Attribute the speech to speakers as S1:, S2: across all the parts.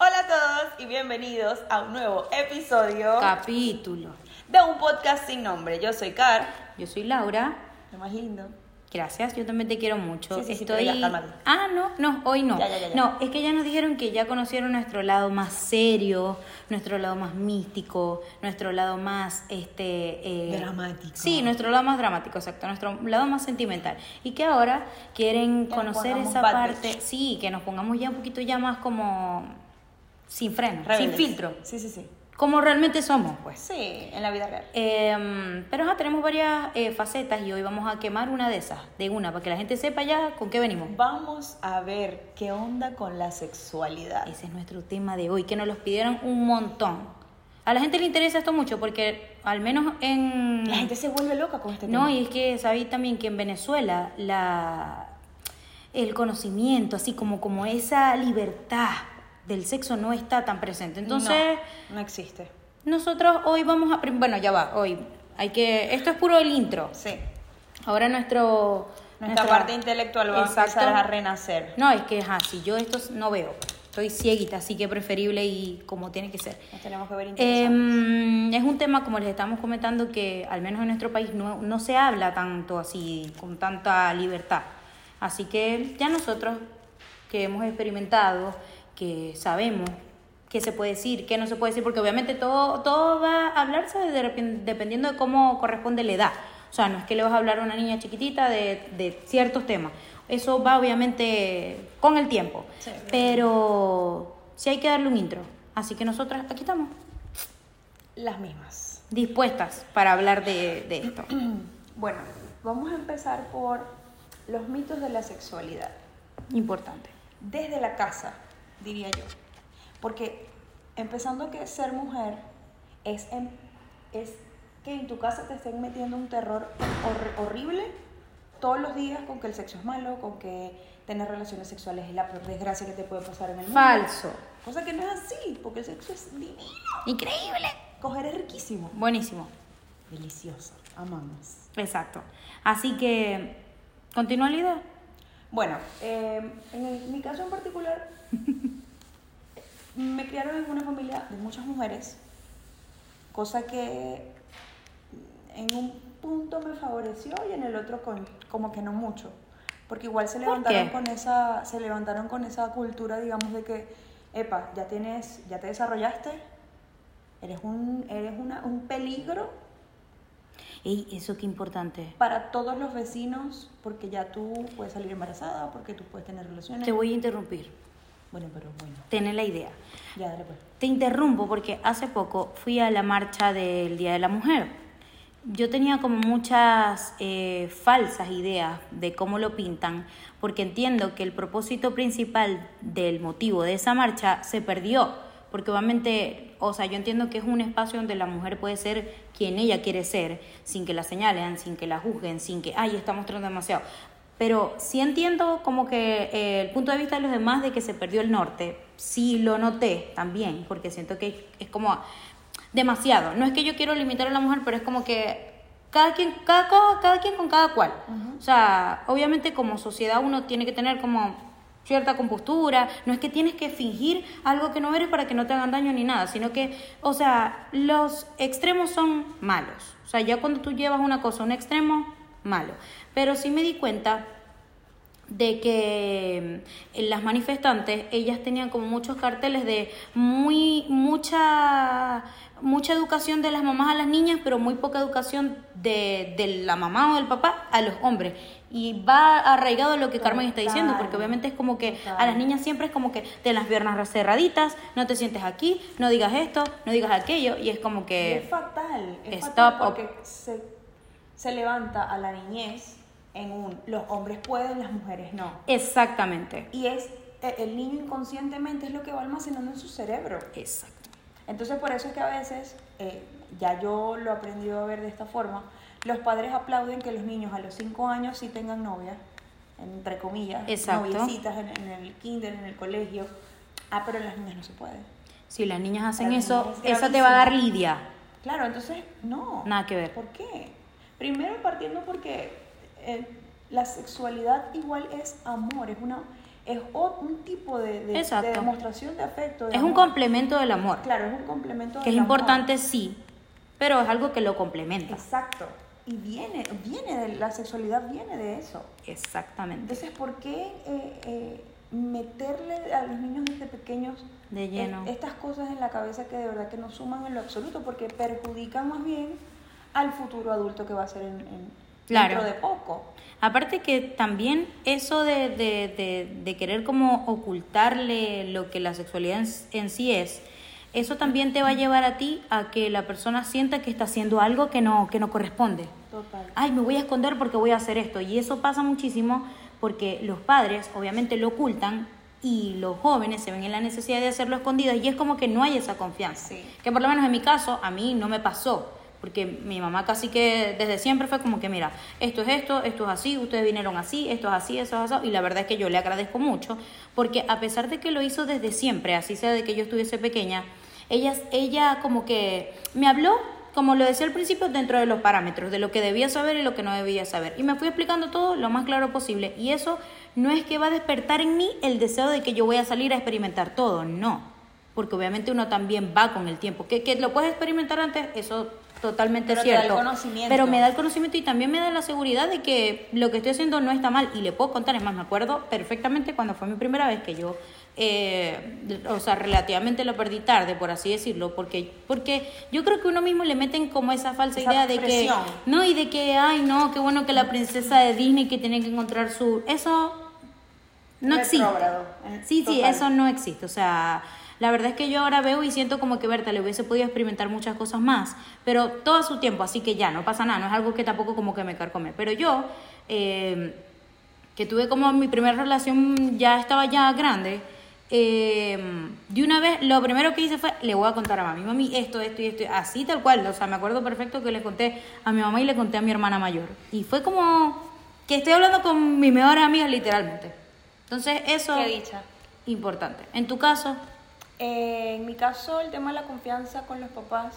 S1: Hola a todos y bienvenidos a un nuevo episodio
S2: capítulo.
S1: de un podcast sin nombre. Yo soy Car,
S2: Yo soy Laura.
S1: lo más lindo.
S2: Gracias, yo también te quiero mucho.
S1: Sí, sí, sí, pero ya, cálmate.
S2: ah, no, no, hoy no.
S1: Ya, ya, ya, ya.
S2: No, es que ya nos dijeron que ya conocieron nuestro lado más serio, nuestro lado más místico, nuestro lado más este eh,
S1: Dramático.
S2: Sí, nuestro lado más dramático, exacto, nuestro lado más sentimental. Y que ahora quieren
S1: Que nos
S2: conocer
S1: pongamos
S2: esa
S1: bad
S2: parte,
S1: bitch.
S2: sí, que nos pongamos ya un poquito ya más como sin freno,
S1: Rebeldes.
S2: sin filtro,
S1: Sí, sí, sí.
S2: como realmente somos, pues.
S1: Sí, en la vida real.
S2: Em, pero ajá, tenemos varias eh, facetas y hoy vamos a quemar una de esas, de una, para que la gente sepa ya con qué venimos.
S1: Vamos a ver qué onda con la sexualidad.
S2: Ese es nuestro tema de hoy, que nos los pidieron un montón. A la gente le interesa esto mucho porque al menos en...
S1: La gente se vuelve loca con este tema.
S2: No, y es que sabéis también que en Venezuela la... el conocimiento, así como, como esa libertad del sexo no está tan presente. Entonces...
S1: No, no existe.
S2: Nosotros hoy vamos a... prim- Bueno, ya va, hoy hay que... Esto es puro el intro.
S1: Sí.
S2: Ahora nuestro...
S1: Nuestra parte intelectual va a
S2: Exacto.
S1: empezar a renacer.
S2: No, es que es así, yo esto no veo. Estoy cieguita, así que preferible y como tiene que ser.
S1: Nos tenemos que ver interesantes.
S2: Em, es un tema, como les estamos comentando, que al menos en nuestro país no, no se habla tanto así, con tanta libertad. Así que ya nosotros que hemos experimentado, que sabemos qué se puede decir, qué no se puede decir, porque obviamente todo, todo va a hablarse de repen- dependiendo de cómo corresponde la edad. O sea, no es que le vas a hablar a una niña chiquitita de, de ciertos temas. Eso va obviamente con el tiempo.
S1: Sí.
S2: Pero sí hay que darle un intro. Así que nosotras aquí estamos,
S1: Las mismas.
S2: dispuestas para hablar de, de esto.
S1: Bueno, vamos a empezar por los mitos de la sexualidad.
S2: Importante.
S1: desde la casa, diría yo. Porque empezando que ser mujer es, en- es que en tu casa te estén metiendo un terror hor- horrible todos los días con que el sexo es malo, con que tener relaciones sexuales es la peor desgracia que te puede pasar en el mundo.
S2: Falso.
S1: Cosa que no es así, porque el sexo es divino.
S2: Increíble.
S1: Coger es riquísimo.
S2: Buenísimo.
S1: Delicioso. Amamos.
S2: Exacto. Así que, continúa la idea.
S1: Bueno, eh, en el- mi caso en particular, me criaron en una familia de muchas mujeres, cosa que en un punto me favoreció y en el otro con- como que no mucho, porque igual se levantaron
S2: qué?
S1: con esa se levantaron con esa cultura, digamos de que epa, ya tienes, ya te desarrollaste, eres un eres una- un peligro
S2: Ey, eso qué importante.
S1: para todos los vecinos, porque ya tú puedes salir embarazada, porque tú puedes tener relaciones.
S2: Te voy a interrumpir.
S1: Bueno, pero bueno,
S2: Tener la idea.
S1: ya dale pues.
S2: Te interrumpo porque hace poco fui a la marcha del Día de la Mujer. Yo tenía como muchas eh, falsas ideas de cómo lo pintan, porque entiendo que el propósito principal del motivo de esa marcha se perdió, porque obviamente, o sea, yo entiendo que es un espacio donde la mujer puede ser quien ella quiere ser, sin que la señalen, sin que la juzguen, sin que, ay, está mostrando demasiado. Pero sí entiendo como que eh, el punto de vista de los demás de que se perdió el norte, sí lo noté también, porque siento que es como demasiado. No es que yo quiero limitar a la mujer, pero es como que cada quien, cada cosa, cada quien con cada cual. O sea, obviamente como sociedad uno tiene que tener como cierta compostura, no es que tienes que fingir algo que no eres para que no te hagan daño ni nada, sino que, o sea, los extremos son malos. O sea, ya cuando tú llevas una cosa a un extremo, malo. Pero sí me di cuenta de que mm, las manifestantes ellas tenían como muchos carteles de muy mucha mucha educación de las mamás a las niñas pero muy poca educación de, de la mamá o del papá a los hombres y va arraigado lo que Carmen está diciendo porque
S1: Total.
S2: obviamente es como que a
S1: Total.
S2: las niñas siempre es como que de las piernas cerraditas no te sientes aquí no digas esto no digas aquello y es como
S1: Y
S2: que
S1: es fatal, es
S2: Eh, stop
S1: fatal
S2: op-
S1: porque se, se levanta a la niñez en un los hombres pueden, las mujeres no.
S2: exactamente
S1: Y es eh, el niño inconscientemente es lo que va almacenando en su cerebro.
S2: Exacto.
S1: Entonces por eso es que a veces, eh, ya yo lo he aprendido a ver de esta forma, los padres aplauden que los niños a los 5 años sí tengan novia, entre comillas,
S2: Exacto.
S1: noviecitas en, en el kinder, en el colegio. Ah, pero en las niñas no se puede.
S2: Si las niñas hacen
S1: Para mí
S2: eso,
S1: es
S2: eso te va a dar
S1: gravísimo.
S2: lidia.
S1: Claro, entonces no.
S2: Nada que ver.
S1: ¿Por qué? Primero partiendo porque eh, la sexualidad igual es amor, es una es o- un tipo de, de- de
S2: Exacto.
S1: demostración de afecto. de
S2: Es un
S1: amor.
S2: complemento del amor,
S1: Claro, es un complemento.
S2: que es
S1: del amor.
S2: importante sí, pero es algo que lo complementa.
S1: Exacto. Y viene, viene de la sexualidad, viene de eso.
S2: Exactamente.
S1: Entonces, ¿por qué eh, eh, meterle a los niños desde pequeños
S2: De
S1: es-
S2: lleno.
S1: estas cosas en la cabeza que de verdad que no suman en lo absoluto? Porque perjudican más bien al futuro adulto que va a ser en, en-
S2: Claro.
S1: dentro de poco.
S2: Aparte que también eso de, de- de- de querer como ocultarle lo que la sexualidad en, en sí es, eso también te va a llevar a ti a que la persona sienta que está haciendo algo que no, que no corresponde.
S1: Total.
S2: Ay, me voy a esconder porque voy a hacer esto. Y eso pasa muchísimo porque los padres obviamente lo ocultan y los jóvenes se ven en la necesidad de hacerlo escondido y es como que no hay esa confianza.
S1: Sí.
S2: Que por lo menos en mi caso a mí no me pasó. Porque mi mamá casi que desde siempre fue como que, mira, esto es esto, esto es así, ustedes vinieron así, esto es así, eso es así. Y la verdad es que yo le agradezco mucho, porque a pesar de que lo hizo desde siempre, así sea de que yo estuviese pequeña, ella, ella como que me habló, como lo decía al principio, dentro de los parámetros, de lo que debía saber y lo que no debía saber. Y me fui explicando todo lo más claro posible. Y eso no es que va a despertar en mí el deseo de que yo voy a salir a experimentar todo, no porque obviamente uno también va con el tiempo. Que, que lo puedes experimentar antes, eso totalmente
S1: Pero te da
S2: cierto.
S1: el conocimiento.
S2: Pero me da el conocimiento y también me da la seguridad de que lo que estoy haciendo no está mal. Y le puedo contar, es más, me acuerdo perfectamente cuando fue mi primera vez que yo, eh, o sea, relativamente lo perdí tarde, por así decirlo, porque, porque yo creo que uno mismo le meten como esa falsa
S1: Esa
S2: idea de
S1: presión.
S2: que... No, y de que, ay, no, qué bueno que la princesa de Disney que tiene que encontrar su... Eso no existe.
S1: Retrógrado, eh,
S2: Sí, sí,
S1: total.
S2: eso no existe. O sea, la verdad es que yo ahora veo y siento como que Berta le hubiese podido experimentar muchas cosas más, pero todo a su tiempo, así que ya, no pasa nada, no es algo que tampoco como que me carcome. Pero yo, eh, que tuve como mi primera relación, ya estaba ya grande, eh, de una vez, lo primero que hice fue, le voy a contar a mami, mami, esto, esto y esto, así tal cual, o sea, me acuerdo perfecto que le conté a mi mamá y le conté a mi hermana mayor. Y fue como que estoy hablando con mis mejores amigas literalmente. Entonces, eso
S1: Qué dicha.
S2: importante. En tu caso,
S1: Eh, en mi caso, el tema de la confianza con los papás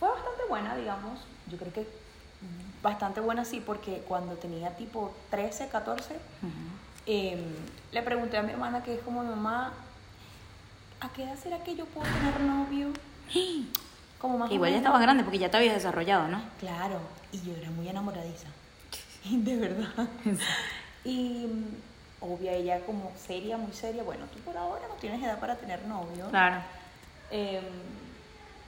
S1: fue bastante buena, digamos. Yo creo que bastante buena, sí, porque cuando tenía tipo 13, 14, eh, le pregunté a mi hermana, que es como mi mamá, ¿a qué edad será que yo puedo tener novio? Como más o
S2: igual ya
S1: menos.
S2: estabas grande porque ya te habías desarrollado, ¿no?
S1: Claro, y yo era muy enamoradiza, de verdad. Y mm, obvia, ella como seria, muy seria, bueno, tú por ahora no tienes edad para tener novio.
S2: Claro.
S1: Eh,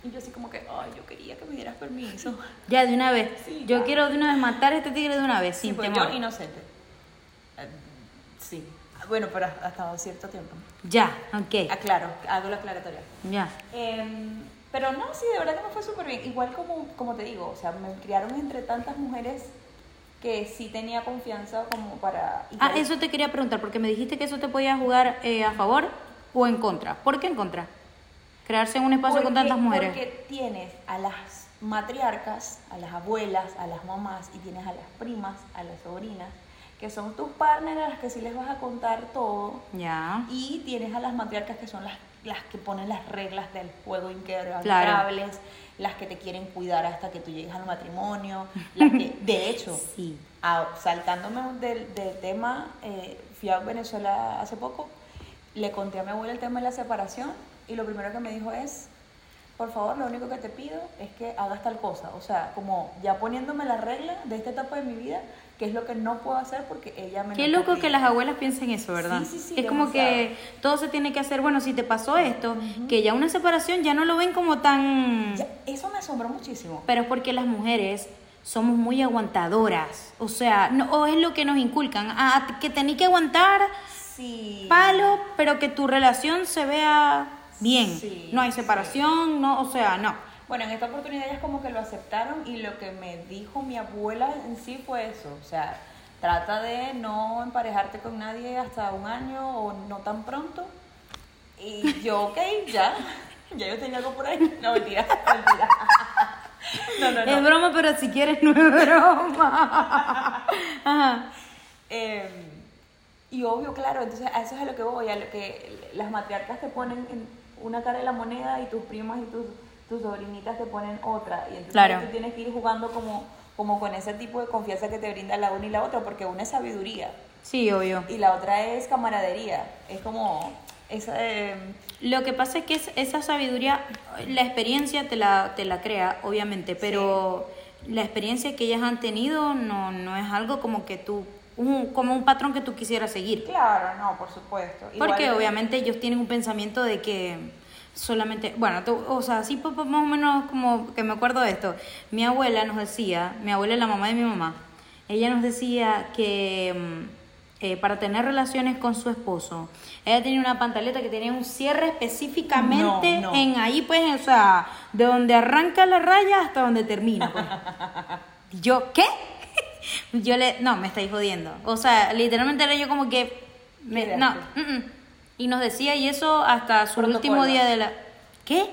S1: y yo así como que, ay, yo quería que me dieras permiso.
S2: Ya de una vez.
S1: Sí,
S2: yo
S1: ya.
S2: quiero de una vez matar a este tigre de una vez,
S1: Sí,
S2: sin
S1: pues
S2: temor.
S1: yo inocente. Eh, sí. Bueno, pero hasta cierto tiempo.
S2: Ya, ok.
S1: Aclaro, hago la aclaratoria.
S2: Ya.
S1: Eh, pero no, sí, de verdad que me fue súper bien. Igual como, como te digo, o sea, me criaron entre tantas mujeres que sí tenía confianza como para...
S2: Ah, eso te quería preguntar, porque me dijiste que eso te podía jugar eh, a favor o en contra. ¿Por qué en contra? Crearse en un espacio con
S1: Porque-
S2: tantas mujeres.
S1: Porque tienes a las matriarcas, a las abuelas, a las mamás y tienes a las primas, a las sobrinas, que son tus partners a las que sí les vas a contar todo.
S2: Ya.
S1: Y tienes a las matriarcas que son las, las que ponen las reglas del juego inquebrantables, las que te quieren cuidar hasta que tú llegues al matrimonio, las que, de hecho,
S2: Sí.
S1: a- saltándome del, del tema, eh, fui a Venezuela hace poco, le conté a mi abuela el tema de la separación y lo primero que me dijo es, por favor, lo único que te pido es que hagas tal cosa. O sea, como ya poniéndome la regla de esta etapa de mi vida, que es lo que no puedo hacer porque ella me... lo
S2: Qué
S1: está
S2: loco que
S1: pidiendo.
S2: las abuelas piensen eso, ¿verdad?
S1: Sí, sí, sí,
S2: es como que todo se tiene que hacer, bueno, si te pasó esto, que ya una separación ya no lo ven como tan...
S1: Ya, eso me asombró muchísimo.
S2: Pero es porque las mujeres somos muy aguantadoras. O sea, no, o es lo que nos inculcan. Ah, que tenés que aguantar
S1: Sí.
S2: palo, pero que tu relación se vea bien.
S1: Sí,
S2: no hay separación, no, o sea, no.
S1: Bueno, en esta oportunidad ellas como que lo aceptaron y lo que me dijo mi abuela en sí fue eso. O sea, Trata de no emparejarte con nadie hasta un año o no tan pronto. Y yo, ok, ya. Ya yo tenía algo por ahí. No, mentira, mentira. No, no, no.
S2: Es broma, pero si quieres no es broma. Ajá.
S1: Eh, y obvio, claro, entonces a eso es a lo que voy, a lo que las matriarcas te ponen en una cara de la moneda y tus primas y tus, tus sobrinitas te ponen otra. Y entonces
S2: Claro.
S1: tú tienes que ir jugando como, como con ese tipo de confianza que te brinda la una y la otra, porque una es sabiduría
S2: Sí, obvio.
S1: y la otra es camaradería. Es como... Es, eh,
S2: Lo que pasa es que es- esa sabiduría, la experiencia te la, te la crea, obviamente, pero la experiencia que ellas han tenido no, no es algo como que tú, un- como un patrón que tú quisieras seguir.
S1: claro, no, por supuesto.
S2: Porque
S1: Igual- eh,
S2: obviamente ellos tienen un pensamiento de que solamente, bueno, tú- o sea, sí, pues, pues, más o menos como que me acuerdo de esto. Mi abuela nos decía, mi abuela es la mamá de mi mamá, ella nos decía que mm, eh, para tener relaciones con su esposo, ella tenía una pantaleta que tenía un cierre específicamente
S1: No, no.
S2: en ahí, pues, o sea, de donde arranca la raya hasta donde termina. pues. Y Yo, ¿qué? Yo le, no, me estáis jodiendo. O sea, literalmente era yo como que, me-
S1: Qué
S2: no,
S1: asco.
S2: mm, mm. y nos decía, y eso hasta su
S1: Protocolo.
S2: último día de la, ¿qué?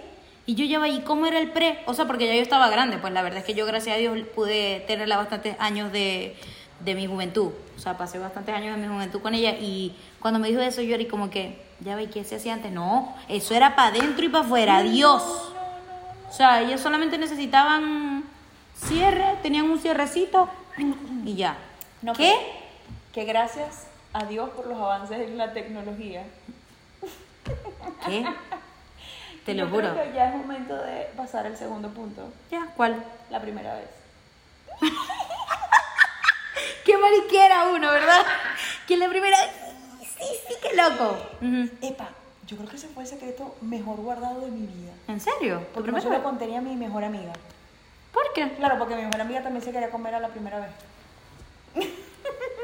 S2: Y yo llevaba, ¿y cómo era el pre? O sea, porque ya yo estaba grande, pues la verdad es que yo, gracias a Dios, pude tenerla bastantes años de, de mi juventud. O sea, pasé bastantes años de mi juventud con ella, y cuando me dijo eso, yo era como que, ya veis, ¿qué se hacía antes? No, eso era para adentro y para afuera, Dios. O sea, ellos solamente necesitaban cierre, tenían un cierrecito y ya.
S1: No,
S2: ¿Qué?
S1: Que gracias a Dios por los avances en la tecnología.
S2: ¿Qué? Te lo
S1: Yo
S2: juro.
S1: Creo que ya es momento de pasar al segundo punto,
S2: Ya, ¿cuál?
S1: la primera vez.
S2: Qué mariquera uno, ¿verdad? Que la primera... Sí, sí, qué loco. Ujú.
S1: Epa, yo creo que ese fue el secreto mejor guardado de mi vida.
S2: ¿En serio? ¿Tu
S1: Porque no
S2: primera
S1: se lo
S2: vez?
S1: conté ni a mi mejor amiga.
S2: ¿Por qué?
S1: Claro, porque mi mejor amiga también se quería comer a la primera vez.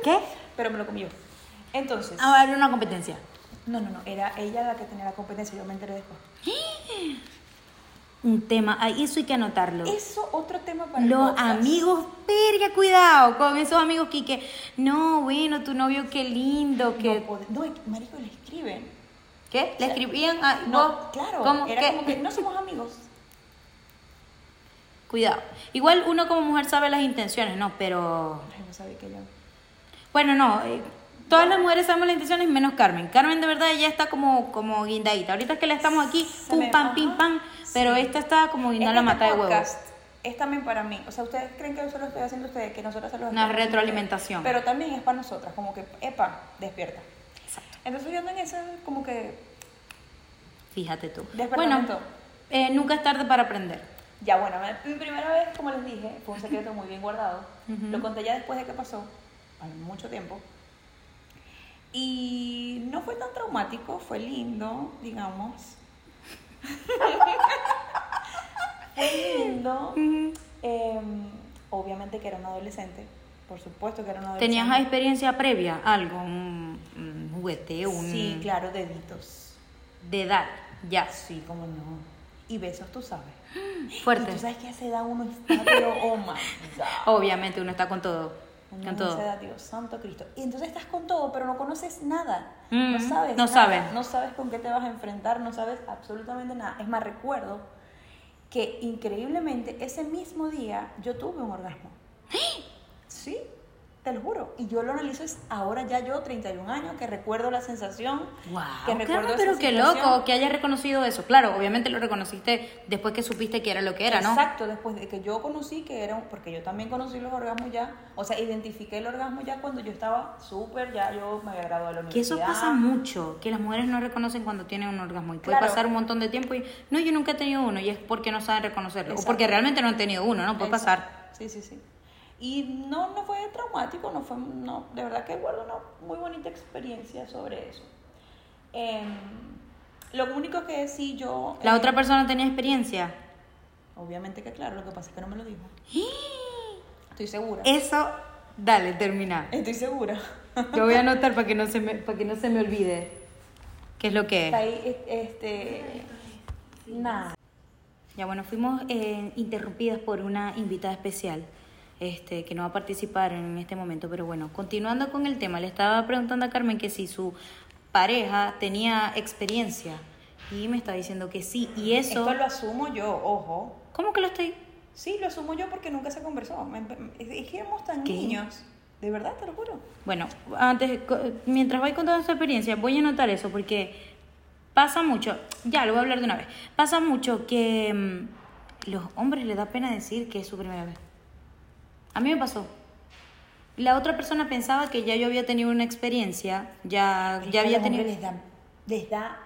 S2: ¿Qué?
S1: Pero me lo comí yo. Entonces,
S2: Ahora era una competencia.
S1: no, no, no, era ella la que tenía la competencia, yo me enteré después.
S2: Un tema, ah, eso hay que anotarlo.
S1: Eso, otro tema para el
S2: Los
S1: podcast.
S2: amigos, verga, cuidado con esos amigos que, que, no, bueno, tu novio, qué lindo,
S1: No,
S2: que...
S1: pod- no, marico, le escriben.
S2: ¿Qué? ¿Le escribían a
S1: No,
S2: vos?
S1: claro,
S2: ¿Cómo?
S1: era
S2: ¿Qué?
S1: como que no somos amigos.
S2: Cuidado. Igual uno como mujer sabe las intenciones, ¿no? Pero...
S1: Ay, no sabía que yo.
S2: Bueno, no. eh, todas las mujeres sabemos las intenciones menos Carmen. Carmen de verdad ya está como, como guindadita. Ahorita es que la estamos aquí,
S1: Se
S2: pum,
S1: me-
S2: pam,
S1: ajá,
S2: pim, pam. Pero
S1: sí.
S2: esta está como guindada la
S1: Este
S2: mata de huevos.
S1: podcast Es también para mí. O sea, ustedes creen que yo solo estoy haciendo ustedes, que nosotras se los
S2: Una
S1: estamos haciendo a ustedes.
S2: retroalimentación.
S1: Pero también es para nosotras, como que, epa, despierta. Entonces yo ando en eso como que
S2: Fíjate tú. Bueno,
S1: Despertamento.
S2: eh, nunca es tarde para aprender.
S1: Ya, bueno, me- mi primera vez, como les dije, fue un secreto muy bien guardado. Lo conté ya después de que pasó, hace mucho tiempo. Y no fue tan traumático, fue lindo, digamos. fue lindo. Em, obviamente que era un adolescente, por supuesto que era un adolescente.
S2: ¿Tenías experiencia previa? Algo, un, un jugueteo, un...
S1: Sí, claro, deditos.
S2: De edad, ya.
S1: Sí, como no. Y besos, tú sabes. Y
S2: Fuerte.
S1: tú sabes que a esa edad uno está, pero oh my God.
S2: Obviamente uno está con todo.
S1: Uno
S2: Con
S1: no se
S2: todo.
S1: da, Dios santo Cristo. Y entonces estás con todo, pero no conoces nada.
S2: Mm,
S1: no sabes.
S2: no
S1: nada,
S2: sabes.
S1: No sabes con qué te vas a enfrentar, no sabes absolutamente nada. Es más, recuerdo que increíblemente ese mismo día yo tuve un orgasmo. Sí, te lo juro. Y yo lo analizo es ahora ya yo, 31 años, que recuerdo la sensación.
S2: Wow,
S1: que
S2: Carmen,
S1: recuerdo
S2: pero
S1: esa
S2: qué
S1: situación.
S2: loco que hayas reconocido eso. Claro, obviamente lo reconociste después que supiste que era lo que era, ¿no?
S1: Exacto, después de que yo conocí que era, un- porque yo también conocí los orgasmos ya, o sea, identifiqué el orgasmo ya cuando yo estaba súper, ya yo me había graduado de la
S2: Que eso
S1: universidad.
S2: pasa mucho, que las mujeres no reconocen cuando tienen un orgasmo y puede
S1: Claro.
S2: pasar un montón de tiempo y no, yo nunca he tenido uno y es porque no saben reconocerlo o
S1: Exacto.
S2: porque realmente no han tenido uno, ¿no? Puede
S1: Exacto.
S2: pasar.
S1: Sí, sí, sí. Y no, no fue traumático, no fue, no, de verdad que guardo una muy bonita experiencia sobre eso. Em, lo único que sí yo...
S2: La
S1: eh,
S2: otra persona tenía experiencia.
S1: Obviamente que claro, lo que pasa es que no me lo dijo.
S2: ¡Eh!
S1: Estoy segura.
S2: Eso, dale, termina.
S1: Estoy segura.
S2: Yo voy a anotar para que no se me, para que no se me olvide. ¿Qué es lo que es?
S1: Está ahí, es- este... Nada.
S2: Ya bueno, fuimos eh, interrumpidas por una invitada especial este, que no va a participar en este momento. Pero bueno, continuando con el tema, le estaba preguntando a Carmen que si su pareja tenía experiencia y me está diciendo que sí. Y eso,
S1: Esto lo asumo yo, ojo.
S2: ¿cómo que lo estoy?
S1: Sí, lo asumo yo porque nunca se conversó. Me- me- Es que éramos tan
S2: ¿Qué?
S1: niños. De verdad, te lo juro.
S2: Bueno, antes, co- mientras voy contando su experiencia, voy a anotar eso porque pasa mucho, ya lo voy a hablar de una vez, pasa mucho que mm, los hombres les da pena decir que es su primera vez. A mí me pasó. La otra persona pensaba que ya yo había tenido una experiencia, ya, ya había tenido...
S1: Les da, les da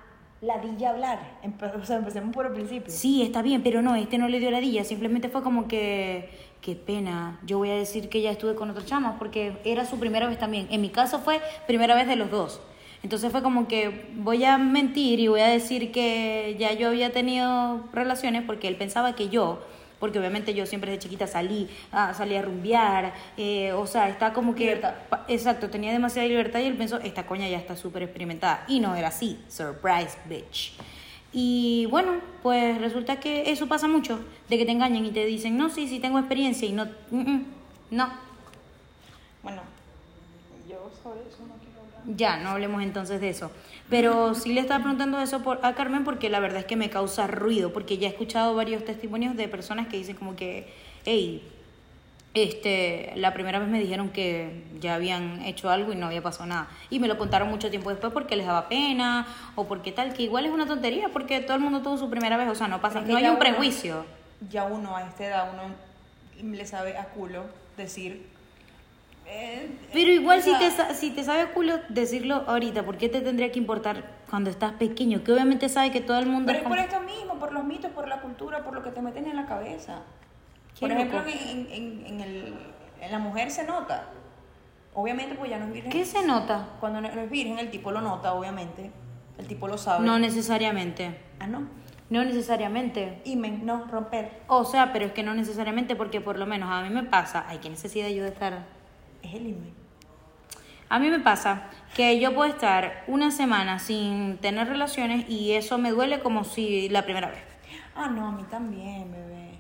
S1: ladilla hablar. Empe- o sea, empecemos por el principio.
S2: Sí, está bien, pero no, este no le dio la dilla, simplemente fue como que, qué pena, yo voy a decir que ya estuve con otros chamas porque era su primera vez también, en mi caso fue primera vez de los dos, entonces fue como que voy a mentir y voy a decir que ya yo había tenido relaciones porque él pensaba que yo, porque obviamente yo siempre de chiquita salí, ah, salí a rumbear, eh, o sea, está como que...
S1: Libertad.
S2: pa- Exacto, tenía demasiada libertad y él pensó, esta coña ya está súper experimentada. Y no era así, surprise, bitch. Y bueno, pues resulta que eso pasa mucho, de que te engañan y te dicen, no, sí, sí tengo experiencia y no, "Mm, mm, no,
S1: Bueno, yo sobre eso no quiero hablar.
S2: ya, no hablemos entonces de eso. Pero sí le estaba preguntando eso por, a Carmen porque la verdad es que me causa ruido, porque ya he escuchado varios testimonios de personas que dicen como que, hey, este, la primera vez me dijeron que ya habían hecho algo y no había pasado nada. Y me lo contaron mucho tiempo después porque les daba pena o porque tal, que igual es una tontería porque todo el mundo tuvo su primera vez, o sea, no pasa,
S1: Es que
S2: no hay
S1: ya
S2: un
S1: uno-
S2: prejuicio.
S1: Ya uno a esta edad, uno le sabe a culo decir. eh,
S2: Pero igual
S1: o sea,
S2: si, te, sa- si te sabe a culo decirlo ahorita, ¿por qué te tendría que importar cuando estás pequeño? Que obviamente sabe que todo el mundo...
S1: Pero es
S2: es como-
S1: por esto mismo, por los mitos, por la cultura, por lo que te meten en la cabeza.
S2: Qué
S1: Por ejemplo,
S2: loco.
S1: en, en- en el- en la mujer se nota. Obviamente, pues ya no es virgen.
S2: ¿Qué se nota?
S1: Cuando no no es virgen, el tipo lo nota, obviamente. El tipo lo sabe.
S2: No necesariamente.
S1: ah, no.
S2: No necesariamente.
S1: Imen, no, romper.
S2: O sea, pero es que no necesariamente porque por lo menos a mí me pasa, ay, qué necesidad yo de estar.
S1: Es el imen.
S2: A mí me pasa que yo puedo estar una semana sin tener relaciones y eso me duele como si la primera vez.
S1: Ah, no, a mí también, bebé.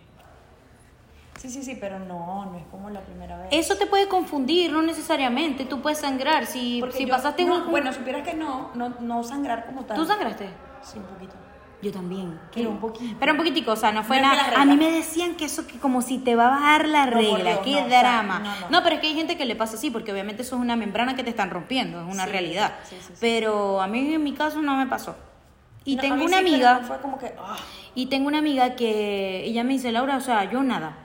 S1: Sí, sí, sí, pero no, no es como la primera vez.
S2: Eso te puede confundir, no necesariamente. Tú puedes sangrar si,
S1: Porque
S2: si
S1: yo-
S2: pasaste
S1: no,
S2: un- un-
S1: Bueno, supieras que no, no, no sangrar como tal.
S2: ¿Tú sangraste?
S1: Sí, un poquito.
S2: Yo también.
S1: Pero un poquito.
S2: Pero un poquitico, o sea, no fue
S1: No es que
S2: nada.
S1: la
S2: A mí
S1: regla.
S2: me decían que eso que como si te va a bajar la
S1: No, por
S2: regla,
S1: Dios,
S2: qué
S1: no, o sea,
S2: drama.
S1: no, no.
S2: pero es que hay gente que le pasa así, porque obviamente eso es una membrana que te están rompiendo, es una
S1: Sí,
S2: realidad.
S1: sí, sí, sí.
S2: Pero a mí en mi caso no me pasó. Y
S1: No, a
S2: tengo
S1: mí
S2: una
S1: sí, pero
S2: amiga,
S1: Fue como que. ah.
S2: y tengo una amiga que ella me dice, Laura, o sea, yo nada.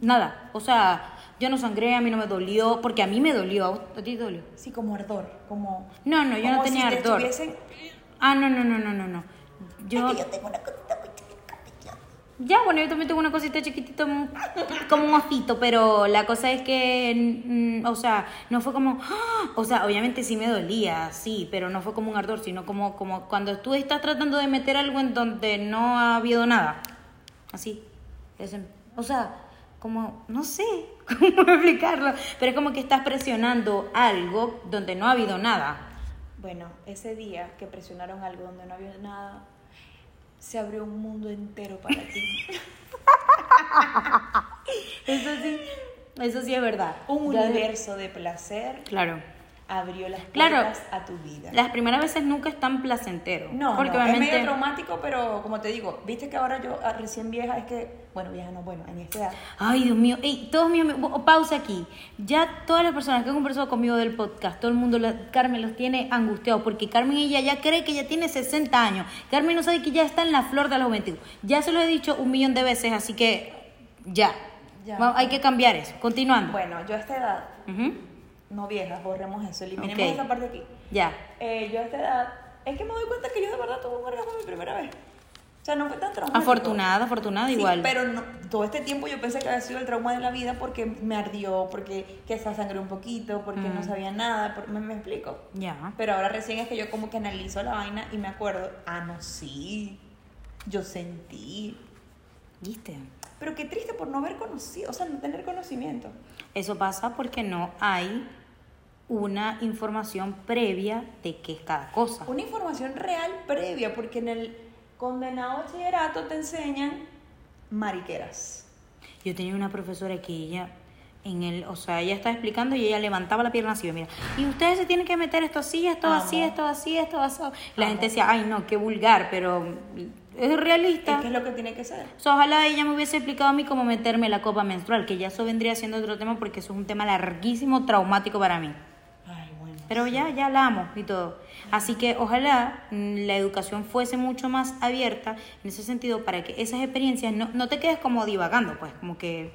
S2: Nada. O sea, yo no sangré, a mí no me dolió, porque a mí me dolió, a vos- a ti te dolió.
S1: Sí, como ardor, como...
S2: No, no, yo no
S1: como
S2: tenía
S1: si te
S2: ardor.
S1: estuviesen-
S2: Ah, no, no, no, no, no, no. Yo,
S1: tengo una cosita muy chiquita.
S2: Ya, bueno, yo también tengo una cosita chiquitita mm, como un osito, pero la cosa es que, mm, o sea, no fue como, ¡ah! o sea, obviamente sí me dolía, sí, pero no fue como un ardor, sino como, como cuando tú estás tratando de meter algo en donde no ha habido nada, así, Ese- o sea, como, no sé cómo explicarlo, pero es como que estás presionando algo donde no ha habido nada.
S1: Bueno, ese día que presionaron algo donde no había nada, se abrió un mundo entero para ti.
S2: Eso sí, eso sí es verdad.
S1: un
S2: Ya de-
S1: universo de placer
S2: Claro.
S1: abrió las
S2: Claro.
S1: puertas a tu vida.
S2: Las primeras veces nunca es tan placentero.
S1: No,
S2: porque
S1: no,
S2: obviamente
S1: es medio traumático, pero como te digo, viste que ahora yo ah, recién vieja es que... Bueno, vieja no, bueno, en esta edad.
S2: Ay, Dios mío. Ey, todos mis amigos- oh, pausa aquí. Ya todas las personas que han conversado conmigo del podcast, todo el mundo, la- Carmen los tiene angustiados porque Carmen ella ya cree que ya tiene 60 años. Carmen no sabe que ya está en la flor de la juventud. Ya se lo he dicho un millón de veces, así que ya.
S1: Ya.
S2: Va- hay que cambiar eso. Continuando.
S1: Bueno, yo a esta edad,
S2: Ujú.
S1: no vieja, borremos eso, eliminemos
S2: Ok.
S1: esa parte aquí.
S2: Ya.
S1: Eh, yo a esta edad, es que me doy cuenta que yo de verdad tuve un orgasmo mi primera vez. O sea, no fue tan traumático.
S2: Afortunada, afortunada
S1: Sí,
S2: igual.
S1: pero no- todo este tiempo yo pensé que había sido el trauma de la vida porque me ardió, porque que se sangré un poquito, porque no
S2: Mm.
S1: sabía nada, por- me, me explico.
S2: Ya.
S1: Pero ahora recién es que yo como que analizo la vaina y me acuerdo, ah, no, sí, yo sentí.
S2: ¿Viste?
S1: Pero qué triste por no haber conocido, o sea, no tener conocimiento.
S2: Eso pasa porque no hay una información previa de qué es cada cosa.
S1: una información real previa, porque en el condenado bachillerato te enseñan mariqueras.
S2: Yo tenía una profesora que ella en el, o sea, ella estaba explicando y ella levantaba la pierna así, mira, y ustedes se tienen que meter esto así, esto así,
S1: Amo.
S2: esto así, esto así.
S1: Ah,
S2: La gente decía, ay no, qué vulgar, pero es realista.
S1: Es que es lo que tiene que ser.
S2: O sea, ojalá ella me hubiese explicado a mí cómo meterme la copa menstrual, que ya eso vendría siendo otro tema porque eso es un tema larguísimo, traumático para mí.
S1: Ay, bueno.
S2: Pero ya, ya la amo y todo. Así que ojalá mm, la educación fuese mucho más abierta en ese sentido para que esas experiencias no, no te quedes como divagando, pues, como que,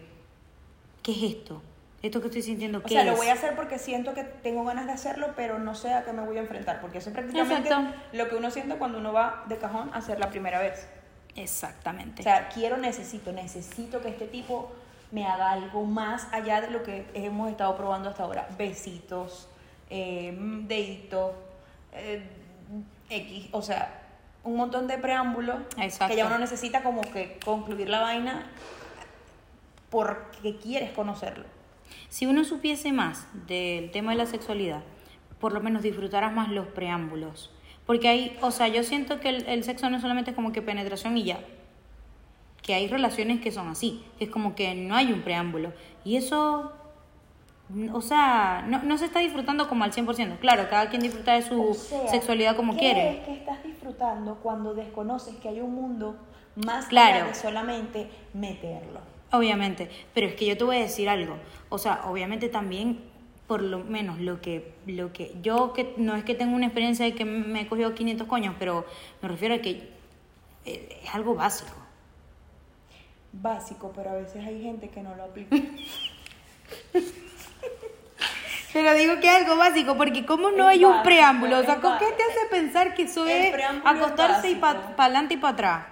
S2: ¿qué es esto? ¿Esto que estoy sintiendo
S1: O
S2: qué
S1: sea,
S2: es?
S1: lo voy a hacer porque siento que tengo ganas de hacerlo, pero no sé a qué me voy a enfrentar. Porque eso es prácticamente
S2: Exacto.
S1: lo que uno siente cuando uno va de cajón a hacer la primera vez.
S2: Exactamente.
S1: O sea, quiero, necesito, necesito que este tipo me haga algo más allá de lo que hemos estado probando hasta ahora. Besitos, eh, deditos, eh, X, o sea, un montón de preámbulos
S2: Exacto.
S1: que ya uno necesita como que concluir la vaina porque quieres conocerlo.
S2: Si uno supiese más del tema de la sexualidad, por lo menos disfrutarás más los preámbulos. Porque hay, o sea, yo siento que el, el sexo no es solamente como que penetración y ya. Que hay relaciones que son así, que es como que no hay un preámbulo. Y eso, mm, o sea, no, no se está disfrutando como al 100%. Claro, cada quien disfruta de su
S1: O sea,
S2: sexualidad como
S1: ¿qué
S2: quiere.
S1: es que estás disfrutando cuando desconoces que hay un mundo más
S2: Claro.
S1: allá de solamente meterlo?
S2: Obviamente, pero es que yo te voy a decir algo. O sea, obviamente también, por lo menos lo que, lo que yo, que no es que tengo una experiencia de que me he cogido 500 coños, pero me refiero a que eh, es algo básico.
S1: Básico, pero a veces hay gente que no lo aplica.
S2: Pero digo que es algo básico, porque como no
S1: Es
S2: hay un
S1: básico,
S2: preámbulo? O
S1: es
S2: sea, ¿con qué
S1: básico.
S2: te hace pensar que eso
S1: El
S2: es
S1: preámbulo es
S2: acostarse y para
S1: básico.
S2: adelante y para atrás?